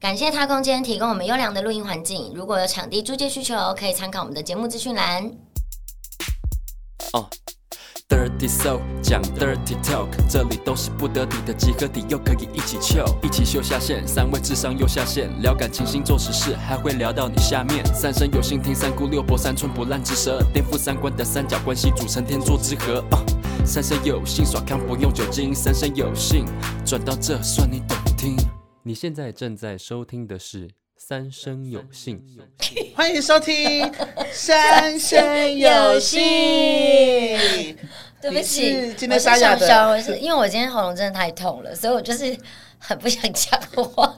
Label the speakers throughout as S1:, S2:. S1: 感谢他空间提供我们优良的录音环境。如果有场地租借需求，可以参考我们的节目资讯栏。
S2: 哦、Dirty Soul 讲 Dirty Talk，这里都是不得体的集合体，又可以一起 chill，一起秀下限，三位智商又下线，聊感情、星座、时事，还会聊到你下面。三生有幸听三姑六婆，三寸不烂之舌，颠覆三观的三角关系，组成天作之合。哦、三生有幸耍康不用酒精，三生有幸转到这算你懂听。你现在正在收听的是《三生有幸》。
S3: 欢迎收听《三生有幸》。
S1: 对不
S3: 你
S1: 起，
S3: 是今
S1: 我是
S3: 天沙哑
S1: 想笑，
S3: 的，
S1: 我是因为我今天喉咙真的太痛了，所以我就是很不想讲 话。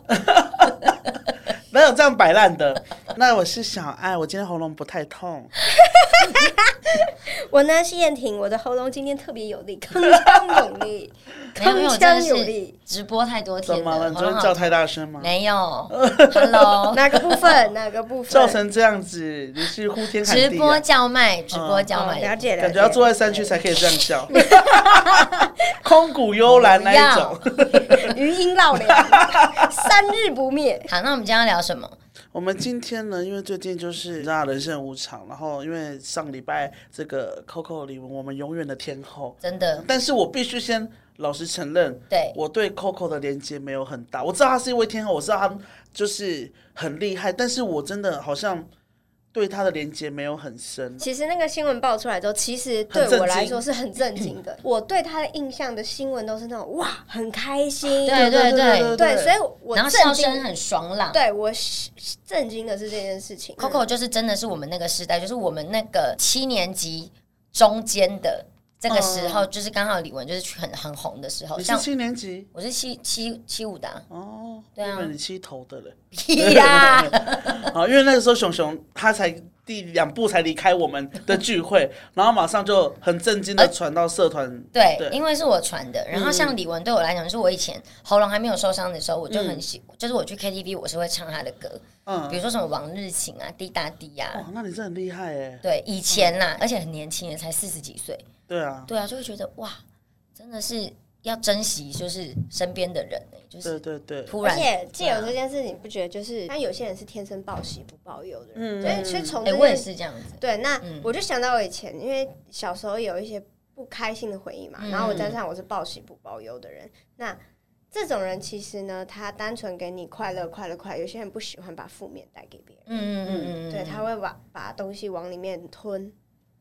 S3: 哪有这样摆烂的？那我是小爱，我今天喉咙不太痛。
S4: 我呢是燕婷，我的喉咙今天特别有力，铿锵有力，
S1: 没有，因为
S4: 铿
S1: 我真的
S4: 锵有
S1: 是
S4: 力。
S1: 直播太多天
S3: 怎么了？
S1: 了，
S3: 你
S1: 喉
S3: 昨
S1: 咙
S3: 天叫
S1: 好
S3: 太大声吗？
S1: 没有 ？Hello，
S4: 哪个部 分？哪个部分？
S3: 叫成这样子，你是呼天喊
S1: 直
S3: 地、
S1: 播
S3: 啊，
S1: 叫卖，直播叫
S3: 嗯
S4: 哦，了
S1: 卖，
S4: 解了解。
S3: 感觉要坐在山区才可以这样 叫，空谷幽兰那一种。
S4: 余音绕 梁，三日不灭。
S1: 好，那我们今天要聊什么？
S3: 我们今天呢，因为最近就是你知道人生无常，然后因为上礼拜这个 Coco 李玟，我们永远的天后，
S1: 真的，
S3: 但是我必须先老实承认，
S1: 对
S3: 我对 Coco 的连接没有很大。我知道她是一位天后，我知道她就是很厉害，但是我真的好像对她的连接没有很深。
S4: 其实那个新闻爆出来之后，其实对
S3: 很震
S4: 我
S3: 惊
S4: 来说是很震惊
S1: 嗯
S4: 的。我对他的印象的新闻都是那种哇，很开心，
S1: 对对对
S3: 对
S4: 对，所以我
S1: 然后
S4: 震
S1: 笑声
S4: 惊，
S1: 很爽朗。
S4: 对我是震惊的是这件事情。
S1: Coco 就是真的是我们那个时代，就是我们那个七年级中间的这个时候，就是刚好李玟就是很很红的时候。
S3: 嗯你是
S1: 像
S3: 七年级
S1: 我是七七七五的啊、
S3: 哦，
S1: 对啊
S3: 我以为你七头的嘞。
S1: 屁呀、
S3: 啊，因为那个时候熊熊他才第两步才离开我们的 聚会，然后马上就很震惊的传到社团。
S1: 对，
S3: 对嗯
S1: 因为是我传的。然后像李玟对我来讲，就是我以前喉咙还没有受伤的时候，我就很喜，就是我去 KTV 我是会唱她的歌，
S3: 嗯
S1: 比，如说什么《往日情》啊，《滴答滴》啊。
S3: 哦，那你真的很厉害哎。
S1: 对，以前啦，而且很年轻，也才四十几岁。
S3: 对啊，
S1: 对啊，就会觉得哇，真的是要珍惜，就是身边的人、欸、就
S3: 对
S1: 是
S3: 对对，
S1: 突
S4: 而
S1: 然啊
S4: 且借由这件事，你不觉得就是，但有些人是天生报喜不报忧的人，
S3: 嗯
S4: 所以去从
S1: 哎、
S4: 这
S1: 我也
S4: 件
S1: 是这样子。
S4: 对，那
S1: 嗯
S4: 我就想到我以前，因为小时候有一些不开心的回忆嘛，
S1: 嗯
S4: 然后我加上我是报喜不报忧的人，那这种人其实呢，他单纯给你快乐、快乐、快乐，有些人不喜欢把负面带给别人，
S1: 嗯嗯嗯嗯嗯，
S4: 对，他会把把东西往里面吞。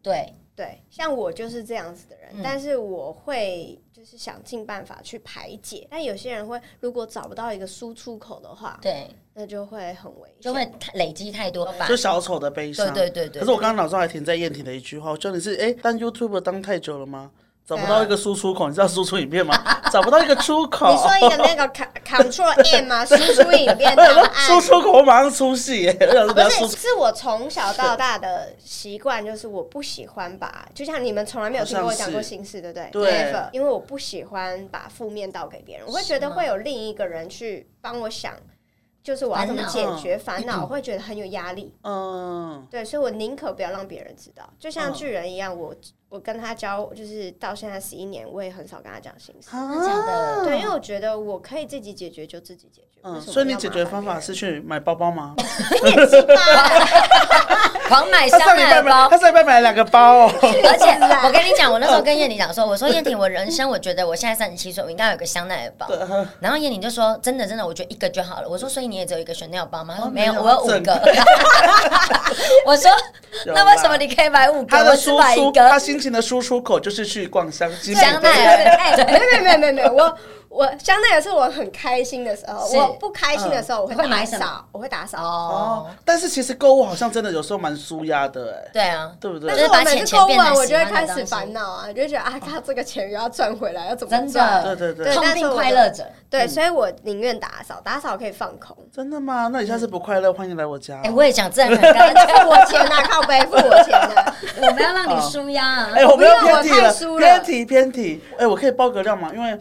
S1: 对，
S4: 对，像我就是这样子的人，
S1: 嗯
S4: 但是我会就是想尽办法去排解。但有些人会，如果找不到一个输出口的话，
S1: 对，
S4: 那就会很危险，
S1: 就会太累积太多吧
S3: 就。小丑的悲伤。
S1: 对对对对，
S3: 可是我刚刚脑中还停在燕婷的一句话，我觉得 你是哎、当 YouTube 当太久了吗？找不到一个输出口，你知道输出影片吗？ 找不到一个出口。
S4: 你说一 个那个 c Control M 啊，输出影片档
S1: 啊
S3: 对 输。
S4: 案
S3: 出口，我马上出戏耶！我想说
S4: 不
S3: 不要
S4: 是，
S3: 输出，
S4: 是我从小到大的习惯，就是我不喜欢把，就像你们从来没有听过我讲过心事，对不对？
S3: 对
S4: Never，因为我不喜欢把负面倒给别人，我会觉得会有另一个人去帮我想，就是我要怎么解决 烦恼，我会觉得很有压力。
S3: 嗯，
S4: 对，所以我宁可不要让别人知道，就像
S3: 嗯
S4: 巨人一样，我我跟他交，就是到现在十一年，我也很少跟他讲心事。
S1: 真的假的？
S4: 对，因为我觉得我可以自己解决就自己解决。为
S3: 嗯，
S4: 什么
S3: 所以你
S4: 要
S3: 解
S4: 麻
S3: 决
S4: 烦
S3: 方
S4: 别
S3: 法
S4: 人
S3: 是去买包 包吗？
S1: 狂买
S3: 他
S1: 香
S3: 上礼
S1: 奈
S3: 拜
S1: 儿
S3: 买，
S1: 包
S3: 他。上礼拜买了两个 包、哦，
S1: 而且我跟你讲，我那时候跟燕婷讲说，我说燕婷，我人生我觉得我现在三十七岁，我应该有个香奈儿包。
S3: 啊
S1: 然后燕婷就说，真的真的，我觉得一个就好了。我说，所以你也只有一个香奈儿包吗？她说没有，
S3: 没有
S1: 我有五
S3: 整
S1: 个
S3: 个。
S1: 我说，
S3: 有
S1: 那
S3: 啦
S1: 为什么你可以买五个，
S3: 他
S1: 我
S3: 的
S1: 只
S3: 输
S1: 买一
S3: 出，他
S1: 个
S3: 心情的输出口就是去逛香精
S1: 香奈儿？
S4: 哎， 没有没有没有没有，我我香奈儿是我很开心的时候，
S1: 是
S4: 我不开心的时候我会
S1: 你会买
S4: 打
S1: 什
S4: 扫，我会打扫。
S1: 哦
S3: 哦，，但是其实购物好像真的有时候蛮舒压的哎，
S1: 对啊，
S3: 对不对
S4: 但
S1: 就是是
S4: 我
S1: 把
S4: 每
S1: 钱
S4: 次
S1: 钱
S4: 抠
S1: 变成
S4: 完，我
S1: 喜
S4: 就会
S1: 欢的
S4: 开
S1: 东
S4: 始
S1: 西
S4: 烦恼啊，就会觉得啊，他这个钱又要赚回来，要怎么
S1: 真
S4: 赚？
S1: 的，嗯
S3: 对对对
S1: 痛
S4: 但是
S1: 并
S4: 我
S1: 快乐着。
S4: 对，所以我宁愿打扫，打扫可以放空。
S3: 真的吗？那你下次不快乐，欢迎来我家
S1: 哎、。我也讲自然很干
S4: 付
S1: 脆，
S4: 我钱呐，靠背付我钱啊呐。
S1: 我们要让你输呀、啊。
S3: 哎，我们要
S4: 不要我
S3: 偏题
S4: 太
S3: 了
S4: 输，了
S3: 偏题偏题。哎，我可以爆个料吗？因为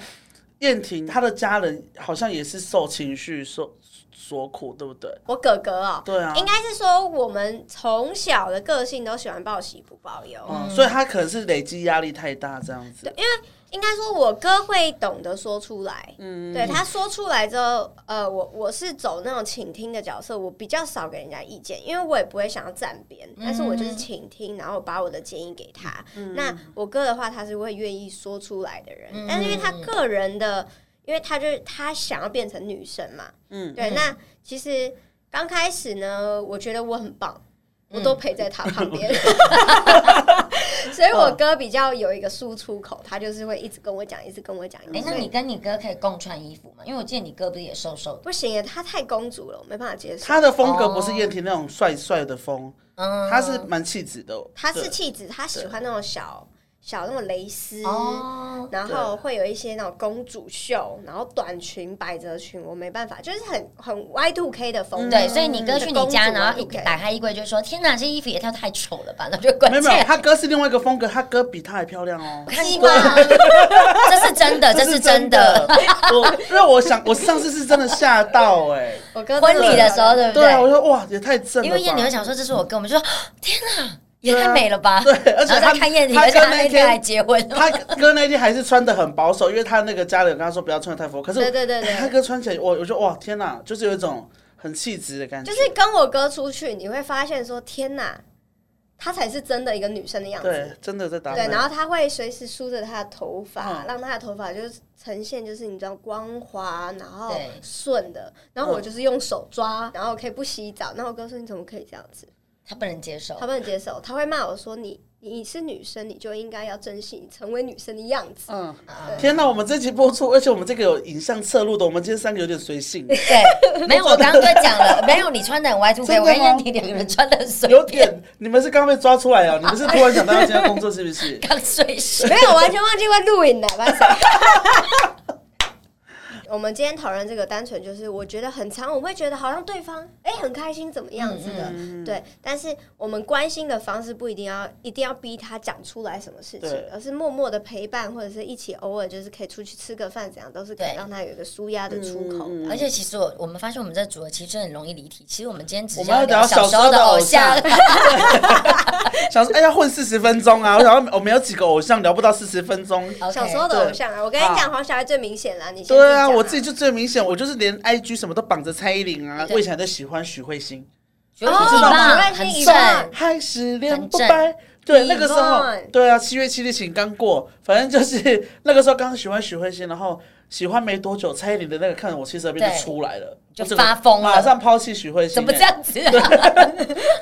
S3: 燕婷她的家人好像也是受情绪受所苦，对不对？
S4: 我哥哥哦，
S3: 对啊，
S4: 应该是说我们从小的个性都喜欢报喜不报忧。
S3: 嗯，所以他可能是累积压力太大这样子。
S4: 应该说，我哥会懂得说出来。对他说出来之后，呃，我我是走那种倾听的角色，我比较少给人家意见，因为我也不会想要站边，但是我就是倾听，然后把我的建议给他。那我哥的话，他是会愿意说出来的人，但是因为他个人的，因为他就是他想要变成女生嘛，
S3: 嗯，
S4: 对。那其实刚开始呢，我觉得我很棒，
S3: 嗯
S4: 我都陪在他 旁边。 所以，我
S3: 嗯
S4: 哥比较有一个输出口，他就是会一直跟我讲，一直跟我讲。
S1: 哎、
S4: 一直
S1: 那
S3: 嗯
S4: 跟我
S1: 你跟你哥可以共穿衣服吗？因为我记得你哥不是也瘦瘦的，
S4: 不行耶，他太公主了，我没办法接受。
S3: 他的风格不
S4: 哦
S3: 是燕婷那种帅帅的风，
S1: 嗯，
S3: 他是蛮气质的。
S4: 他是
S3: 对
S4: 气质，他喜欢那种小小那种蕾丝，
S1: 哦，
S4: 然后会有一些那种公主袖，然后短裙、百褶裙，我没办法，就是很很 Y two K 的风格。
S1: 对，所以你哥去你家，
S3: 嗯啊
S4: 公主
S1: 然后一
S4: Y2K
S1: 打开衣柜就说：“天哪，这衣服也太太丑了吧！”那就关
S3: 没有没有，
S1: 键。
S3: 他哥是另外一个风格，他哥比他还漂亮 哦。
S1: 看过，这是真的，这是真的。，
S3: 我因为我想，我上次是真的吓到哎、
S4: 我哥
S1: 婚礼的时候，对不
S3: 对啊，我
S1: 对？
S3: 说哇，也太正了吧。
S1: 因为燕妮会想说这是我哥，我们就说天哪，也太美了吧！
S3: 对而且
S1: 然后再
S3: 他
S1: 看燕妮，
S3: 他
S1: 而且
S3: 跟
S1: 他
S3: 那
S1: 那
S3: 天
S1: 天还结婚，
S3: 他哥那天还是穿的很保守，因为他那个家里有跟他说不要穿的太浮夸。可是哎
S4: 对对对对
S3: 他哥穿起来，我我就哇天哪，就是有一种很气质的感觉。
S4: 就是跟我哥出去，你会发现说，天哪，她才是真的一个女生的样子
S3: 对。，真的在打扮。
S4: 对，然后他会随时梳着他的头发，
S3: 嗯
S4: 让他的头发就是呈现就是你知道光滑，然后
S1: 对
S4: 顺的。然后我
S3: 嗯
S4: 就是用手抓，然后可以不洗澡。然后我哥说你怎么可以这样子？
S1: 他不能接受
S4: 他。不能接受，他会骂我说你你是女生，你就应该要珍惜你成为女生的样子。
S3: 嗯，
S4: 呃
S1: 啊
S3: 天哪，我们这期播出，而且我们这个有影像侧录的，我们今天三个有点随 性，
S1: 对，没有，我刚刚就讲了，没有你穿的很 Y two K，
S3: 真的
S1: 我
S3: 吗
S1: 跟燕妮两个人穿的很随
S3: 有
S1: 便，
S3: 点。你们是刚被抓出来啊？你们是突然想到要今天工作是不 是？
S1: 刚睡醒。
S4: 没有，完全忘记会录影了，不好意思 我们今天讨论这个，单纯就是我觉得很长，我会觉得好像对方哎、很开心怎么样子
S3: 嗯
S4: 的，对。但是我们关心的方式不一定要一定要逼他讲出来什么事情
S3: 对，
S4: 而是默默的陪伴，或者是一起偶尔就是可以出去吃个饭，怎样都是可以
S1: 对
S4: 让他有一个舒压的出口
S3: 嗯嗯嗯
S4: 的。
S1: 而且其实我我们发现我们这组合其实很容易离题。其实我们今天只
S3: 我
S1: 是
S3: 们要
S1: 要
S3: 聊
S1: 小
S3: 小
S1: 时
S3: 时
S1: 候
S3: 候
S1: 的
S3: 的
S1: 偶
S3: 偶
S1: 像
S3: 像，想说哎要混四十分钟啊！我想说我们有几个偶像聊不到四十分钟。
S1: OK
S4: 小时候的偶像啊，我跟你讲，黄小爱最明显啦，你哦
S3: 嗯
S4: 先
S3: 对啊，
S4: 讲
S3: 我自己就最明显，我就是连 IG 什么都绑着蔡依林啊，
S1: 对
S3: 我以前还在喜欢许慧欣。
S1: 觉得
S4: 哦
S1: 很棒，
S4: 我
S1: 很
S4: 知道
S1: 正。
S3: 还是
S1: 很
S3: 两不
S1: 正
S3: 掰。对，
S4: Yvonne
S3: 那个时候，对啊，七月七日晴刚过，反正就是那个时候刚喜欢许慧欣，然后喜欢没多久，蔡依林的那个看着我气色变
S1: 对
S3: 就出来了，
S1: 就
S3: 我整个
S1: 发疯了
S3: 马上抛弃许慧欣、
S1: 怎么
S3: 欸
S1: 这？样子、啊？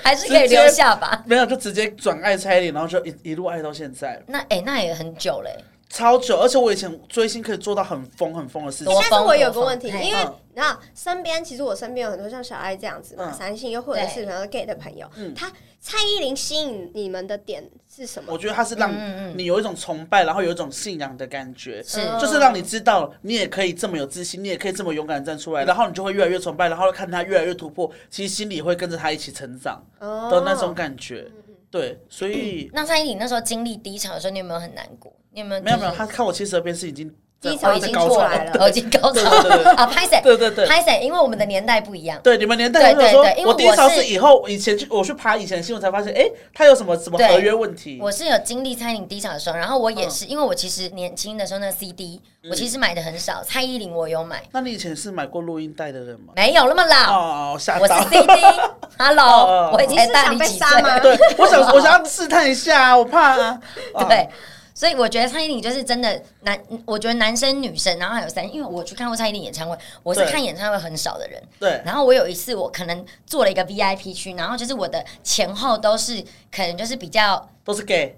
S1: 还是可以留下吧。
S3: 没有，就直接转爱蔡依林，然后就一一路爱到现在，
S1: 那哎、那也很久嘞、
S3: 超久。而且我以前追星可以做到很疯很疯的事情
S1: 多，
S4: 但是
S1: 疯
S4: 我有
S1: 多
S4: 个
S1: 疯
S4: 问题，
S1: 嘿
S4: 因为
S3: 嗯
S4: 你知道身边，其实我身边有很多像小爱这样子嘛，
S3: 嗯
S4: 三性又或者是
S1: 对嗯
S4: 比方说 gay 的朋友，他蔡依林吸引你们的点是什么
S3: 我？觉得它是让
S1: 嗯
S3: 你有一种崇拜，然后有一种信仰的感觉，
S1: 是
S3: 就是让你知道你也可以这么有自信，你也可以这么勇敢站出
S1: 嗯
S3: 来，然后你就会越来越崇拜，然后看他越来越突破，其实心里会跟着他一起成长
S4: 哦
S3: 的那种感觉。
S1: 哦
S3: 对，所以
S1: 那蔡依林那时候经历低潮的时候，你有没有很难过？你有没有、哦
S3: 没有没有，他看我七十二变是已经在
S4: 低潮
S1: 我已
S3: 在
S1: 经
S3: 高
S1: 过
S3: 潮
S1: 来了，
S3: 对
S1: 我已经高潮
S3: 对对对
S1: 了啊！拍谁？
S3: 对对对
S1: 拍谁？因为我们的年代不一样。
S3: 对，你们年
S1: 对
S3: 代有
S1: 对
S3: 说
S1: 对因为，
S3: 我第一潮
S1: 我是
S3: 是以后以前去我去爬以前的新闻才发现，哎，他有什么什么
S1: 对
S3: 合约问题？
S1: 我是有经历蔡依林低潮的时候，然后我
S3: 嗯
S1: 也是，因为我其实年轻的时候那 CD，、我其实买的很少，蔡依林我有买，
S3: 那你以前是买过录音带的人吗？
S1: 没有那么老，
S3: 哦，吓
S1: 我
S3: 到
S1: 是 CD，Hello，
S3: 哦
S1: 我
S4: 你
S1: 才
S4: 是
S1: 大
S4: 想
S1: 你
S4: 被
S1: 几
S4: 杀
S1: 岁？啊
S4: 吗？
S3: 对，我想我想要试探一下啊，我怕啊。啊
S1: 对，所以我觉得蔡依林就是真的男，我觉得男生女生，然后还有三，因为我去看过蔡依林演唱会，我是
S3: 对
S1: 看演唱会很少的人。
S3: 对，
S1: 然后我有一次，我可能做了一个 VIP 区，然后就是我的前后都是可能就是比较
S3: 都是 gay，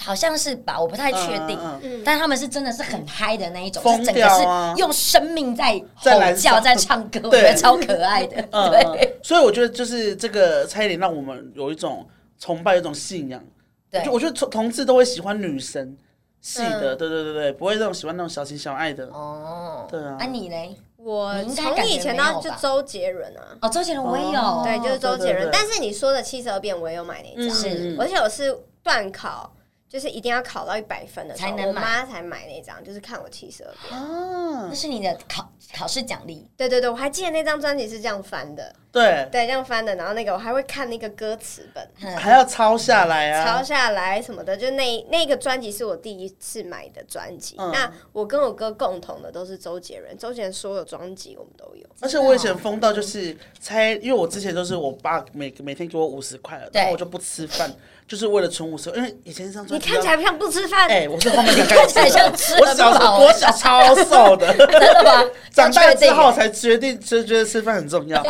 S1: 好像是吧，我不太确定。
S3: 嗯嗯
S4: 嗯
S1: 但他们是真的是很嗨的那一种，
S3: 疯
S1: 是整个
S3: 掉
S1: 是
S3: 啊
S1: 用生命在
S3: 在
S1: 吼
S3: 燃
S1: 叫、
S3: 烧
S1: 在唱歌，我觉
S3: 对
S1: 得超可爱的。
S3: 嗯
S1: 对，
S3: 嗯所以我觉得就是这个蔡依林让我们有一种崇拜，有一种信仰。
S1: 对
S3: 就我觉得同同志都会喜欢女神系的，
S4: 嗯
S3: 对对对对，不会那种喜欢那种小情小爱的。
S1: 哦，
S3: 对啊
S1: 啊你嘞？
S4: 我
S1: 你应该
S4: 从
S1: 感觉
S4: 以前
S1: 没有
S4: 到就
S1: 吧
S4: 周杰伦啊，
S1: 哦，周杰伦我也有，
S3: 哦
S4: 对，就是周杰
S3: 对对对。
S4: 伦
S1: 嗯
S4: 但是你说的七十二变，我也有买那一张，
S1: 是
S4: 而且我是断考。就是一定要考到一百分的时候
S1: 才能
S4: 我
S1: 买
S4: 妈才买那张，就是看我七十二遍。
S3: 啊
S1: 那，是你的考考试奖励，
S4: 对对对，我还记得那张专辑是这样翻的，
S3: 对，
S4: 对，这样翻的。然后那个我还会看那个歌词本，
S3: 还要抄下来
S4: 嗯抄
S3: 啊，
S4: 下来什么的。就那那个专辑是我第一次买的专辑。
S3: 嗯
S4: 那我跟我哥共同的都是周杰伦，周杰伦所有专辑我们都有。
S3: 而且我以前疯到就是猜，因为我之前都是我爸每每天给我五十块，然后我就不吃饭，就是为了存五十，因为以前这张
S4: 你
S3: 专辑
S4: 看起来不像不吃饭，
S3: 哎、我是后面才
S1: 看起来像吃
S3: 我
S1: 得
S3: 小时
S1: 不好
S3: 候我小超瘦的，
S1: 真的吗？
S3: 长大之后
S1: 要确哎
S3: 才决定，就觉得吃饭很 重要。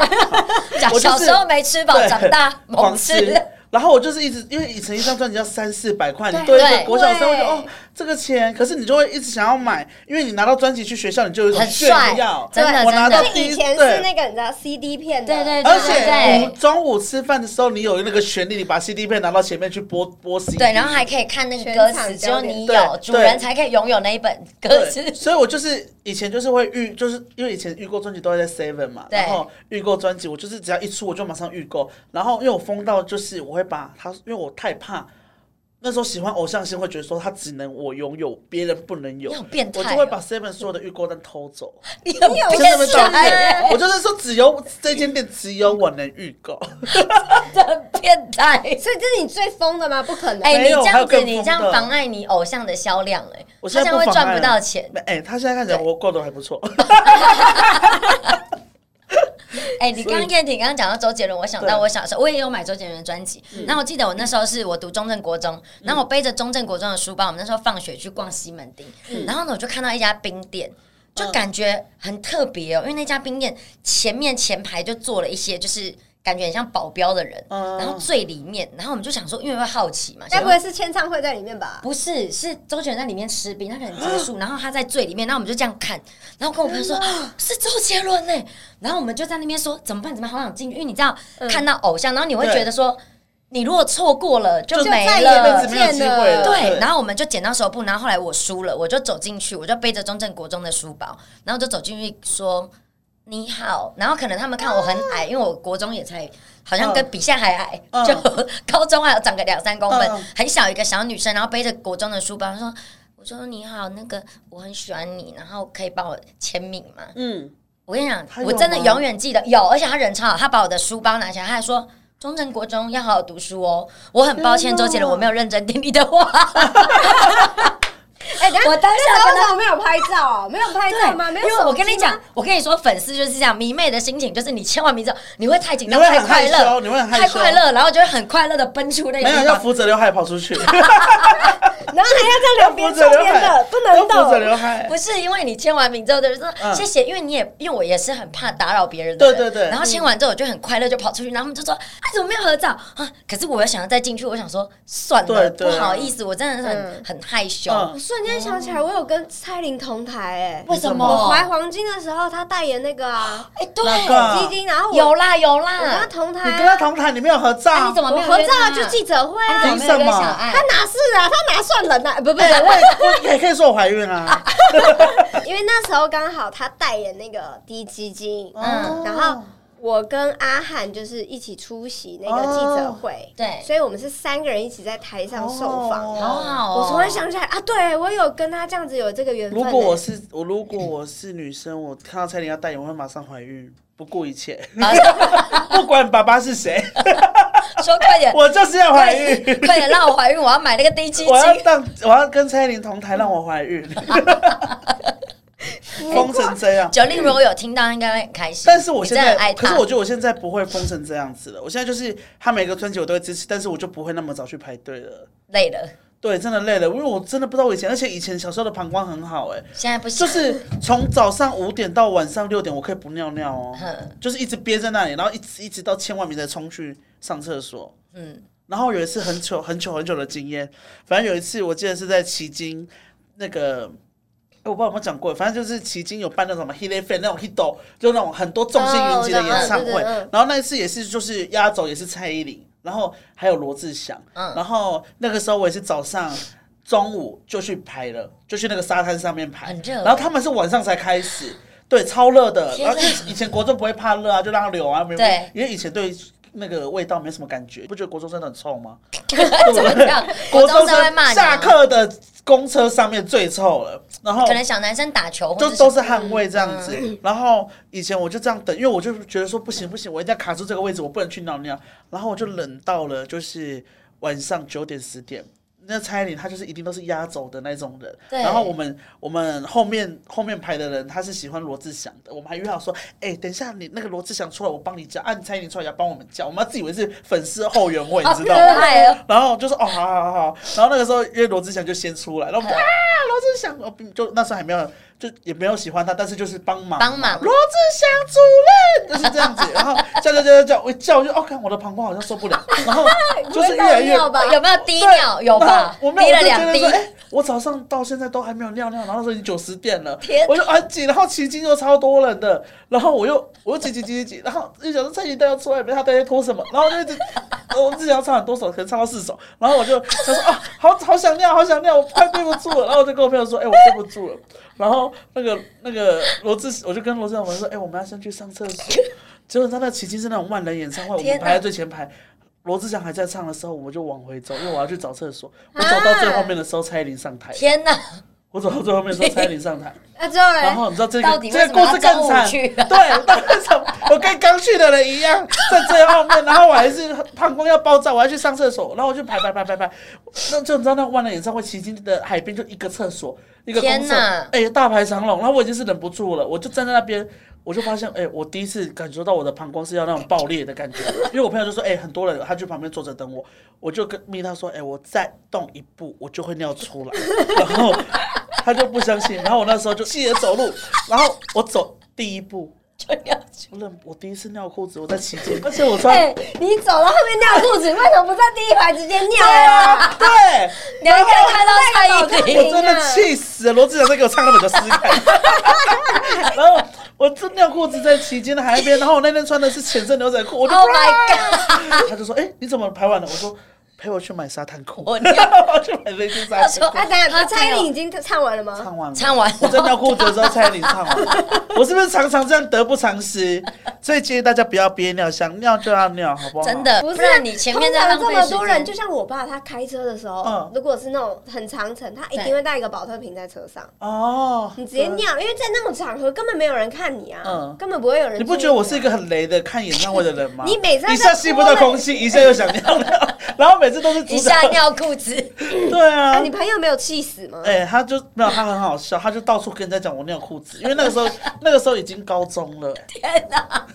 S1: 定讲
S3: 我就
S1: 小
S3: 是
S1: 时候没吃饱，
S3: 对
S1: 长大
S3: 狂
S1: 猛
S3: 吃
S1: 吃。。
S3: 然后我就是一直，因为以前一张专辑要三四百块，你
S1: 对
S3: 对一个
S1: 对
S3: 国小生会觉得
S4: 对
S3: 哦，这个钱，可是你就会一直想要买，因为你拿到专辑去学校，你就有一种
S1: 很
S3: 炫
S1: 帅
S3: 耀。
S1: 真的
S3: 我拿到
S1: 真的
S3: 第
S4: 以
S3: 一
S4: 前是
S3: 对。
S4: 那个你知道 CD 片的，
S1: 对对对
S3: 而
S1: 对
S3: 且午中午吃饭的时候，你有那个权利，你把 CD 片拿到前面去播播 CD，
S1: 对，然后还可以看那个歌词，
S4: 全场
S1: 只
S4: 焦
S1: 有
S4: 点
S1: 你
S3: 对
S1: 有，主
S3: 对
S1: 人才可以拥有那一本歌 词
S3: 对，。所以我就是以前就是会预，就是因为以前预购专辑都会在 Seven 嘛，
S1: 对
S3: 然后预购专辑，我就是只要一出我就马上预购，然后因为我疯到就是我会把它，因为我太怕。那时候喜欢偶像星，会觉得说他只能我拥有，别人不能有。
S1: 你好变态哦
S3: 我就会把 Seven 所有的预购单偷走。
S1: 你有啊
S3: 真的
S1: 变态，
S3: 我就是说，只有这间店只有我能预购。
S1: 真的变态。
S4: 所以这是你最疯的吗？不可能，
S1: 哎，你
S3: 啊没有
S1: 这
S3: 还有
S1: 样子，
S3: 更
S1: 你
S3: 疯
S1: 这样
S3: 的
S1: 妨碍你偶像的销量，哎，
S3: 我
S1: 他
S3: 现
S1: 这
S3: 在
S1: 样
S3: 不
S1: 会
S3: 妨碍
S1: 赚不
S3: 了
S1: 到钱。
S3: 哎、他现在看起来我过得还不错。
S1: 哎、你刚刚燕婷刚刚讲到周杰伦，我想到
S3: 对嗯
S1: 我小时候我也有买周杰伦的专辑。然后我记得我那时候是我读中正国中，然后我背着中正国中的书包，我们那时候放学去逛西门町，
S3: 嗯
S1: 然后呢我就看到一家冰店。就感觉很特别哦，因为那家冰店前面前排就坐了一些，就是感觉很像保镖的人，
S3: 嗯
S1: 然后最里面，然后我们就想说，因为会好奇嘛，
S4: 该
S1: 想
S4: 不
S1: 说
S4: 会是签唱会在里面吧？
S1: 不是，是周杰伦在里面吃冰，他可能结束，然后他在最里面，然后我们就这样看，然后跟我朋友说啊是周杰伦呢，然后我们就在那边说怎么办怎么办，好想进去，因为你知道、看到偶像，然后你会
S3: 对
S1: 觉得说你如果错过了就
S3: 就
S1: 没
S4: 再也
S1: 了
S3: 辈子没有机会了。
S1: 对，然后我们就剪刀手布，然后后来我输了，我就走进去，我就背着中正国中的书包，然后就走进去说你好，然后可能他们看我很矮，因为我国中也才好像跟比现在还矮，
S3: 嗯
S1: 就高中还有长个两三公分，
S3: 嗯
S1: 很小一个小女生，然后背着国中的书包说。我说你好，那个我很喜欢你，然后可以帮我签名吗？
S3: 嗯，
S1: 我跟你讲
S3: 他，有
S1: 我真的
S3: 吗
S1: 永远记得有，而且他人超好，他把我的书包拿起来，他还说。中正国中要好好读书哦。我很抱歉，
S3: 天哪
S1: 周杰伦，我没有认真听你的 话。
S4: 哎，等一下
S1: 我当下
S4: 那时候
S1: 跟
S4: 为什么没有拍照啊？没有拍照吗？没
S1: 因
S4: 有手机
S1: 为
S4: 吗，
S1: 我跟你讲，我跟你说，粉丝就是这样，迷妹的心情就是你千万别这样，你会太紧张，
S3: 你会
S1: 太
S3: 很
S1: 快
S3: 害羞
S1: 乐，
S3: 你会很害
S1: 太
S3: 羞
S1: 快乐，然后就会很快乐的奔出那个
S3: 没有
S1: 地
S3: 要
S1: 方。
S3: 扶着刘海跑出去，
S4: 然后还要在两
S3: 扶
S4: 边
S3: 着
S4: 抽
S3: 刘
S4: 边
S3: 海
S4: 的，不能
S3: 要扶着
S4: 动。
S3: 刘海。
S1: 不是因为你签完名之后就是说、
S3: 嗯
S1: 谢谢，因为你也因为我也是很怕打扰别人的人，
S3: 对对对
S1: 然后签完之后我就很快乐就跑出去，然后他们就说哎怎么没有合照啊？可是我又想要再进去，我想说算了，
S3: 对对
S1: 不好意思，我真的是很、
S4: 嗯
S1: 很害羞。
S4: 我
S3: 嗯
S4: 瞬间想起来，我有跟蔡琳同台哎，
S1: 为什么
S4: 我怀黄金的时候，她代言那个啊
S1: 哎、对，
S3: 哪个啊
S4: 基金，然后我
S1: 有啦有
S4: 我跟她
S1: 啦，
S4: 同台啊，
S3: 你跟他同台，你没有嗯合照，
S1: 啊你怎么没
S4: 我
S1: 有
S4: 合
S1: 约
S4: 照
S1: 她
S4: 啊就记者会啊
S1: 哎，你怎么没有约小爱？
S4: 他哪是啊？他哪算人啊？不不，
S3: 哎、我我也可以说我怀孕 啊。
S4: 因为那时候刚好他代言那个低基金，
S1: 嗯
S4: 然后我跟阿汉就是一起出席那个记者会，
S1: 对，
S4: 所以我们是三个人一起在台上受访。
S3: 哦
S1: 好好、哦。
S4: 我突然想起来啊，对我有跟他这样子有这个缘分
S3: 如
S4: 呢。
S3: 果我是我，如果我是女生，我看到蔡琳要代言，我会马上怀孕，不顾一切， 不管爸爸是谁，
S1: 说快点，
S3: 我就是要怀
S1: 快
S3: 孕。
S1: 点，快点让我怀孕，我要买那个低基金
S3: 我。要当，我要跟蔡依林同台，让我 怀孕，疯成这样。
S1: 九令如果有听到，应该会很开心。
S3: 但是我
S1: 你
S3: 现
S1: 真的
S3: 在
S1: 很爱，
S3: 可
S1: 他，
S3: 是我觉得我现在不会疯成这样子了。我现在就是他每个专辑我都会支持，但是我就不会那么早去排队了。
S1: 累了，
S3: 对，真的累了，因为我真的不知道我以前，而且以前小时候的膀胱很好、哎，
S1: 现在不行。
S3: 就是 从早上五点到晚上六点，我可以不尿尿哦
S1: 哼，
S3: 就是一直憋在那里，然后一直一直到千万名才冲去上厕所。
S1: 嗯，
S3: 然后有一次很久很久很久的经验，反正有一次我记得是在奇经那个，哎我不知道有没有讲过，反正就是奇经有办那种什么 Hit Fan 那种 Hit 就那种很多众星云集的演唱
S4: 哦我
S3: 会
S4: 知道嗯对对嗯，
S3: 然后那一次也是就是压轴也是蔡依林，然后还有罗志祥，
S1: 嗯
S3: 然后那个时候我也是早上。中午就去排了，就去那个沙滩上面排，
S1: 很热
S3: 然后他们是晚上才开始，对，超热的。
S1: 天
S3: 然
S1: 哪
S3: 后就是以前国中不会怕热啊，就让它流啊，没有
S1: 对
S3: 因为以前对那个味道没什么感觉，不觉得国中生很臭吗？
S1: 怎么样？国
S3: 国中
S1: 中生会骂
S3: 生
S1: 你啊
S3: 下，课的公车上面最臭了，然后
S1: 可能小男生打球或
S3: 哦就
S1: 者嗯
S3: 都是汗味这样子。然后以前我就这样等，因为我就觉得说不行不行，我一定要卡住这个位置，我不能去尿尿。然后我就忍到了就是晚上九点十点。那蔡依林她就是一定都是压轴的那种人，
S1: 对
S3: 然后我们我们后面后面排的人他是喜欢罗志祥的，我们还约好说，哎、等一下你那个罗志祥出来，我帮你叫，按、啊你蔡依林出来要帮我们叫，我们要自以为是粉丝后援会，你知道吗？
S1: 爱哦，
S3: 然后就说哦，好好好好。然后那个时候，因为罗志祥就先出来，然后我们就啊，罗志祥，哦，并就那时候还没有，就也没有喜欢他，但是就是帮忙
S1: 帮忙
S3: 罗志祥主任就是这样子。然后叫叫叫叫叫，我一叫我就哦，看我的膀胱好像受不了，然后就是越来越
S4: 尿吧？
S1: 有没有滴尿？
S3: 对
S1: 有
S3: 然后
S1: 吧？
S3: 我没有，
S1: 滴了
S3: 我就觉
S1: 两
S3: 得
S1: 滴
S3: 说，，哎，我早上到现在都还没有尿尿，然后那时候已经九十点了
S1: 天，
S3: 我就很紧，然后骑经又超多人的，然后我又我又挤挤挤挤挤，然后就想说蔡依林要出来没，他到底在拖什么？然后我就一直，我自己要唱很多首，可能唱到四首，然后我就想说啊，好好想尿，好想尿，我快憋不住了，然后我就跟我朋友说，哎，我憋不住了，然后那个那个罗志，我就跟罗志祥我说，哎，我们要先去上厕所。结果你知道那奇迹是那种万人演唱会，我
S1: 天
S3: 们
S1: 哪
S3: 排在最前排。罗志祥还在唱的时候，我就往回
S1: 啊
S3: 走，因为我要去找厕所。我走到最后面的时候，蔡依林上台。
S1: 天哪！
S3: 我走到最后面的时候，蔡依林上 台。
S4: 那最后嘞
S3: 然，后你知道这
S1: 到
S3: 个
S1: 底为
S3: 这
S1: 什
S3: 个
S1: 么
S3: 故
S1: 要
S3: 事更
S1: 中
S3: 惨，
S1: 午去
S3: 对，到底为什么？我跟刚去的人一样，在最后面，然后我还是膀胱要爆炸，我要去上厕所，然后我就排排排排排，那就你知道那万人演唱会奇经的海边就一个厕所，一个公
S1: 天
S3: 厕，
S1: 哪
S3: 哎、大排长龙，然后我已经是忍不住了，我就站在那边。我就发现，哎、我第一次感受到我的膀胱是要那种爆裂的感觉，因为我朋友就说，哎、很多人，他去旁边坐着等我，我就跟咪他说，哎、我再动一步，我就会尿出来，然后他就不相信，然后我那时候就气得走路，然后我走第一步，
S1: 就要
S3: 我忍，我第一次尿裤子，我在骑街，而且我穿，
S4: 哎，你走到后面尿裤子，为什么不在第一排直接尿啊？
S3: 对，
S1: 你还可以看到蔡依
S4: 对
S1: 林，
S3: 我真的气死了，罗志祥在给我唱那么个诗感， 然后我真尿裤子在骑街的海边，然后我那天穿的是浅色牛仔裤，我 就啊
S1: Oh my
S3: 他就说，哎、你怎么排完了？我说陪我去买沙滩裤，
S1: 我
S3: 我
S1: 尿
S3: 去买那件沙滩
S4: 啊，
S3: 裤。
S4: 等一
S1: 啊
S4: 下，蔡依林已经唱完了吗？
S3: 唱完了，
S1: 唱完了
S3: 我在尿裤子的时候，蔡依林唱完了。我是不是常常这样得不偿失？所以建议大家不要憋尿，想尿就要尿，好不好？
S1: 真，的，
S4: 不是啊
S1: 呃然你前面在浪
S4: 通
S1: 费
S4: 常
S1: 时
S4: 这么多
S1: 间
S4: 人，就。像我爸，他开车的时候，
S3: 嗯
S4: 如果是那种很长程，他一定
S1: 对
S4: 会带一个保特瓶在车上，
S3: 哦，
S4: 你直接尿，因为在那种场合根本没有人看你啊，
S3: 嗯
S4: 根本不会有人。
S3: 你不觉得我是一？个很雷的看演唱会的人 吗？
S4: 你每次
S3: 一
S4: 在
S3: 下吸不到空气，一下又想尿尿， 然后每次都是阻
S1: 一
S3: 挡
S1: 下。尿裤子，
S3: 对啊
S4: 啊，你，朋友没有气死吗？
S3: 哎、他就没有，他很好笑，他就到处跟人家讲我尿裤子，因为那个时候那个时候已经高中了。
S1: 天哪！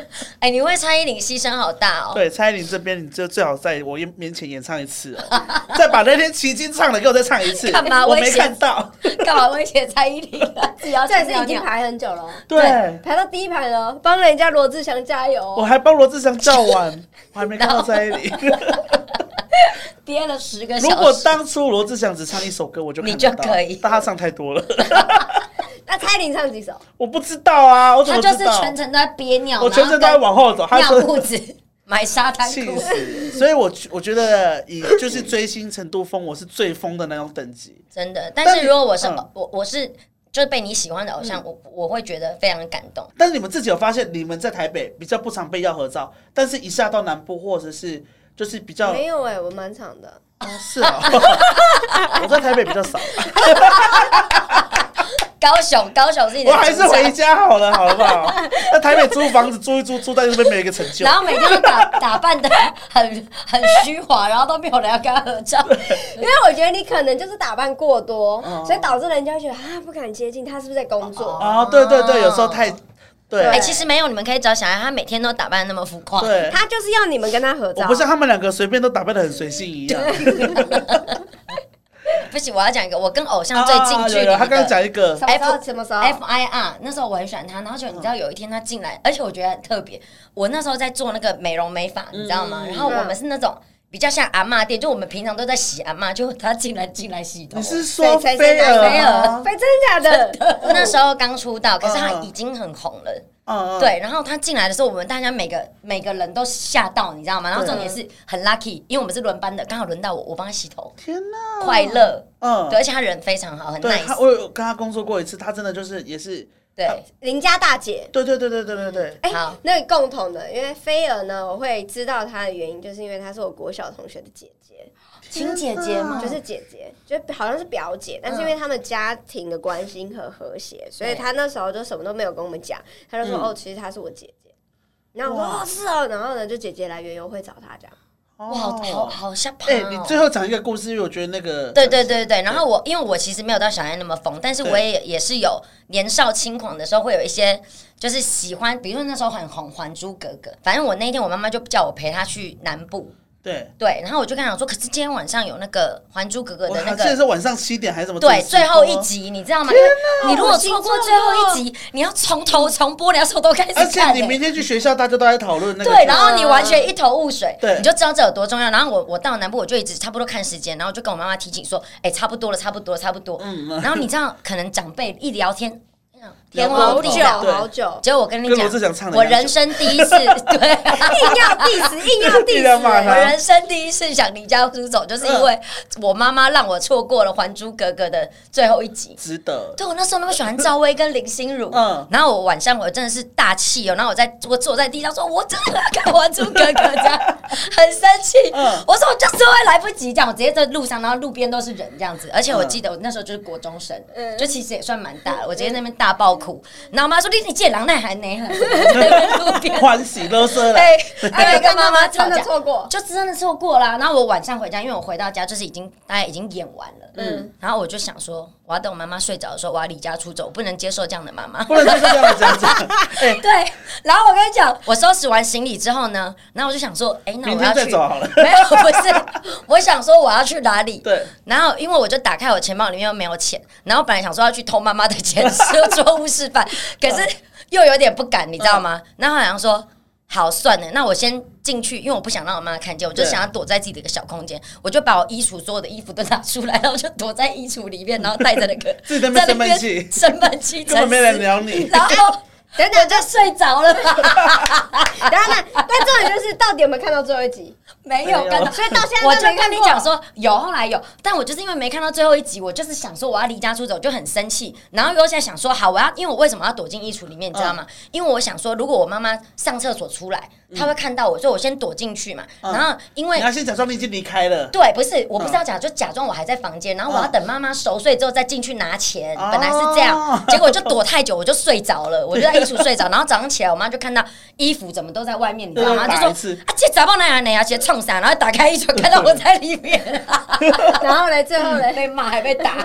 S1: 哎，你为蔡依林牺牲好大哦。
S3: 对，蔡依林这边你就最好在我面前演唱一次、哦，再把那天奇经唱的给我再唱一 次。
S1: 干嘛
S3: 我
S1: 危
S3: 没
S1: 险
S3: 看到。
S1: 干嘛威胁蔡依林啊？自己要
S4: 这也
S1: 去
S4: 是
S1: 尿
S4: 已经
S1: 尿。
S4: 排很久了哦，
S3: 对，
S4: 排到第一排了哦，帮人家罗志祥加油
S3: 我
S4: 哦。
S3: 还帮罗志祥叫完，我还没看到蔡依 林。
S1: 憋了十个
S3: 如
S1: 小
S3: 果
S1: 时，
S3: 当初罗志祥只唱一首歌，我就看
S1: 你
S3: 得
S1: 就
S3: 到
S1: 可以
S3: 但他唱太多了，
S4: 那蔡依林唱几首？
S3: 我不知道啊，我怎
S1: 他
S3: 么
S1: 就是
S3: 知道？
S1: 全程都在憋尿，
S3: 我全程都在往后走，他
S1: 然后
S3: 说
S1: 跟尿 裤子、买沙滩
S3: 气
S1: 裤，
S3: 死。所以我我觉得以就是追星程度疯，我是最疯的那种等级。
S1: 真的。但是如果我是
S3: 嗯
S1: 我我是就是被你喜欢的偶像，我我会觉得非常感动。
S3: 但是你们自己有发现，你们在台北比较不常被要合照，但是一下到南部或者是就是比较
S4: 没有哎，我蛮长的。
S3: 哦 是啊，我在台北比较少，
S1: 高雄，高雄是你的
S3: 我
S1: 主场，
S3: 还是回家好了，好不好？那台北租房子租一租，住在那边没有一个成就
S1: 然。后每天都打 打扮的很很虚华，然后都没有人要跟他合照。
S4: 因为我觉得你可能就是打扮过多，所以导致人家觉得啊不敢接近他，是不是在工作？
S3: 哦，对对对，有时候太对，
S1: 哎、
S4: 对
S1: 其实没有，你们可以找小孩，他每天都打扮得那么浮夸。
S3: 对，
S4: 他就是要你们跟他合
S3: 我
S4: 照。
S3: 不像他们两个随便都打扮的很随性一样。
S1: 不行，我要讲一个我跟偶像
S3: 啊
S1: 最近距离
S3: 有
S1: 的。
S3: 有他刚刚讲一个
S4: 什么时候？什么时候？
S1: F I R，那时候我很喜欢他，然后就你知道有一天他进来，而且我觉得很特别。我那时候在做那个美容美发，你知道
S3: 嗯
S1: 吗？然后我们是那种比较像阿嬷店，就我们平常都在洗阿嬷，就他进来进来洗头。
S3: 你是说
S4: 谁谁
S3: 菲
S4: 谁
S3: 儿
S1: 菲
S3: 吗哦
S1: 儿？
S4: 非真假的？
S1: 那时候刚出道，可是他
S3: 嗯嗯
S1: 已经很红了。
S3: 嗯，嗯，
S1: 对，然后他进来的时候，我们大家每个每个人都吓到，你知道吗？然后重点是很 lucky，因为我们是轮班的，刚好轮到我，我帮他洗头，
S3: 天哪，
S1: 快乐。
S3: 嗯
S1: 对，，而且他人非常好，很
S3: 对
S1: nice
S3: 他，。我有跟他工作过一次，他真的就是也是
S1: 对，
S4: 邻家大姐。
S3: 对对对对对对对，
S4: 哎、
S1: 嗯好
S4: 那个共同的，因为菲儿呢，我会知道她的原因，就是因为她是我国小同学的姐姐，
S1: 亲姐姐嘛，
S4: 就
S1: 就是
S4: 是姐姐，就好像是表姐，但是因为他们家庭的关系和和谐，所以
S1: 嗯对
S4: 她那时候就什么都没有跟我们讲，她就说：“
S3: 嗯
S4: 哦，其实她是我姐姐。”然后我说：“
S3: 哇
S4: 哦，是哦。”然后呢，就姐姐来园游会找她这样。
S1: 哇，好好
S3: 哦。
S1: 好吓怕
S3: 哎，
S1: 哦
S3: 你最后讲一个故事，因为我觉得那个
S1: 对对对对，然后我因为我其实没有到小爱那么疯，但是我也也是有年少轻狂的时候，会有一些就是喜欢，比如说那时候很红《还珠格格》，反正我那一天我妈妈就叫我陪她去南部，
S3: 对，
S1: 对，然后我就跟她讲说，可是今天晚上有那个《还珠格格》
S3: 我
S1: 的那
S3: 还记得
S1: 个。
S3: 是晚上七点还是什么？
S1: 对，最后一。集你知道吗？你如果错过最后一集，你要从头重播，你要从头开始
S3: 啊而
S1: 看、
S3: 且
S1: 欸。
S3: 你明天去学校，大家都在讨论那个。啊
S1: 对，然后你完全一头雾水，
S3: 对
S1: 你就知道这有多重要。然后我我到南部，我就一直差不多看时间，然后就跟我妈妈提醒说，哎、差不多了，差不多了，差不多。
S3: 嗯
S1: 然后你知道，可能长辈一聊天，嗯 天荒
S4: 好
S1: 地
S4: 久
S1: 老。
S3: 对
S4: 好久，
S1: 结果我跟你
S3: 跟
S1: 讲
S3: 罗志祥唱，的一
S1: 我
S3: 样
S1: 人生第一次，对、
S4: 硬要 diss，硬要 diss，
S3: 硬要骂
S1: 我
S3: 她
S1: 人生第一次想离家出走，就是因为
S3: 嗯
S1: 我妈妈让我错过了《还珠格格》的最后一集。
S3: 值得。
S1: 对，我那时候那么喜欢赵薇跟林心如，
S3: 嗯
S1: 然后我晚上我真的是大气哦，然后我在我坐在地上说，我真的要看《还珠格格》这样，很生气，
S3: 嗯
S1: 我说我就是会来不及这样，我直接在路上，然后路边都是人这样子，而且我
S3: 嗯
S1: 记得我那时候就是国中生，
S4: 嗯
S1: 就其实也算蛮大的，我直接在那边大爆哭，然后我妈说你你借狼奈还奈很，在那边路边。
S3: 欢喜乐色了，
S4: 哎
S1: 对，对，跟妈妈吵
S4: 真的
S1: 架，
S4: 错过，
S1: 就真的错过啦。然后我晚上回家，因为我回到家就是已经大概已经演完了，
S4: 嗯
S1: 嗯，然后我就想说，我要等我妈妈睡着的时候，我要离家出走，我不能接受这样的妈妈。
S3: 不能就是这样子讲。 哎，
S1: 对，然后我跟你讲，我收拾完行李之后呢，然后我就想说，哎、那
S3: 明
S1: 我要
S3: 天再
S1: 去，
S3: 走好了。
S1: 没有，不是，我想说我要去哪里？
S3: 对，
S1: 然后因为我就打开我钱包，里面又没有钱，然后本来想说要去偷妈妈的钱，做错误示 范，可是又有点不敢，你知道吗？
S3: 嗯
S1: 然后好像说。好，算了，那我先进去，因为我不想让我妈看见，我就
S3: 对
S1: 想要躲在自己的一个小空间，我就把我衣橱所有的衣服都拿出来，然后就躲在衣橱里面，然后带着那个
S3: 自己在那边生闷气
S1: 在那边生闷气，
S3: 根本没人聊你
S1: 然后等等就睡着了吧？
S4: 等等，但重点就是到底有没有看到最后 一集？
S1: 没有，
S3: 没有
S1: 刚刚
S4: 所以到现在
S1: 我
S4: 都
S1: 就
S4: 没
S1: 跟
S4: 看
S1: 你
S4: 过
S1: 讲说有，后来有，但我就是因为没看到最后一集，我就是想说我要离家出走，就很生气。然后又现在想说，好，我要因为我为什么要躲进衣橱里面，你知道吗？因为我想说，如果我妈妈上厕所出来，她会看到我，所以我先躲进去嘛。
S3: 嗯
S1: 然后因为
S3: 你要先假装你已经离开了。
S1: 对，不是，我不是要假，就假装我还在房间，然后我要等妈妈熟睡之后再进去拿钱。
S3: 嗯哦
S1: 本来是这样，结果就躲太久，我就睡着了，我就在衣橱 睡着，然后早上起来，我妈就看到衣服怎么都在外面，你知道吗？
S3: 对
S1: 就
S3: 打一次
S1: 说啊，这咋不那样呢？而且冲啥？然后打开衣橱，看到我在里面，
S4: 然后呢，最后呢，
S1: 被骂还被 打。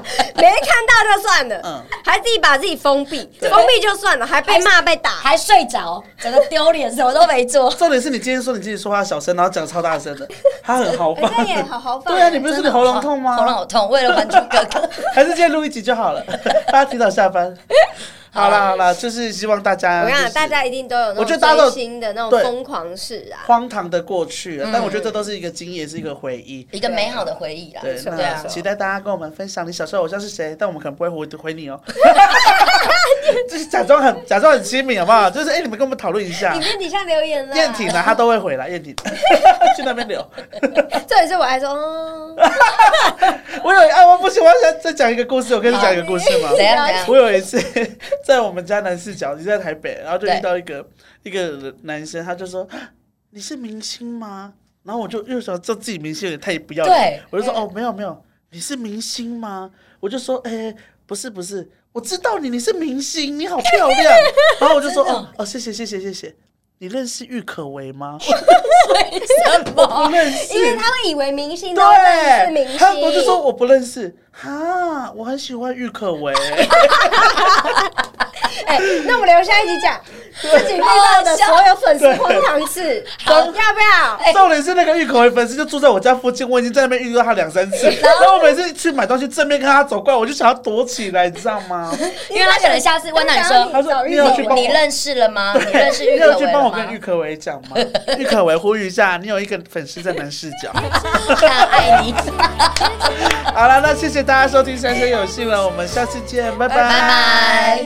S4: 没看到就算了，
S3: 嗯
S4: 还自己把自己封闭，封闭就算了，还被骂被打，
S1: 还睡着，整个丢脸，什么都没做。
S3: 重点是你今天说你自己说话小声，然后讲超大声 的，他很豪
S4: 哎
S3: 放。
S4: 这也好好放。
S3: 对啊，你不是
S1: 真
S3: 你
S1: 的
S3: 喉咙痛吗？
S1: 哦喉咙好痛，为了还珠格 格。
S3: 还是今天录一集就好了， 大家提早下 班。好啦好啦，就是希望大家，
S4: 我跟你
S3: 啊就
S4: 讲，
S3: 是
S4: 大家一定都有
S3: 我觉
S4: 那
S3: 得大家都
S4: 种
S3: 有
S4: 追星的那种
S3: 对
S4: 疯狂事啊。
S3: 荒唐的过去，
S4: 嗯
S3: 但我觉得这都是一个经验，也是一个回忆。
S1: 一个美好的回忆啦，
S3: 对，
S1: 对
S3: 那
S1: 啊，
S3: 期待大家跟我们分享你小时候偶像是谁，但我们可能不会回回你 哦。就是假装很假装很亲民好不好？就是哎、你们跟我们讨论一下
S4: 你。们底下留言啦，
S3: 燕婷呢，她都会回来。燕婷去那边留。
S4: 这也是我还说，哦
S3: 我有啊，我不行，我要再讲一个故事。我跟你讲一个故事吗？
S1: 怎样怎样？
S3: 我有一次在我们家南四角，你在台北，然后就遇到一个一个男生，他就说你是明星吗？然后我就又想这自己明星有点太不要脸
S1: 对，
S3: 我就说哦没有没有，你是明星吗？我就说哎、不是不是，我知道你你是明星，你好漂亮。 然后我就说
S1: 真的
S3: 哦哦谢谢谢谢谢谢，你认识郁可 唯吗？
S1: 为什么？
S3: 不认识，
S4: 因为他们以为明星都认识明
S3: 对，
S4: 星，
S3: 他我就说我不认识，哈，我很喜欢郁可唯。
S4: 哎，那我们留下一起讲自己遇到的所有粉丝荒唐 事，好要不 要？
S3: 重点是那个玉口的粉丝就住在我家附近，我已经在那边遇到他两三次， 然后我每次去买东西，正面看他走过来，我就想要躲起来，你知道吗？
S1: 因为他可能下次问到你说，
S3: 他说你有去帮
S1: 你
S3: 我。
S1: 认识了吗？你认 识
S3: 你
S1: 郁
S3: 有
S1: 可
S3: 去
S1: 唯
S3: 帮
S1: 了
S3: 我跟郁
S1: 吗？
S3: 可唯讲 吗？郁可唯呼吁一下，你有一个粉丝在男视角。
S1: 他爱 你，
S3: 好了，那谢谢大家收听《三生有幸》了，我们下次见，拜
S1: 拜拜。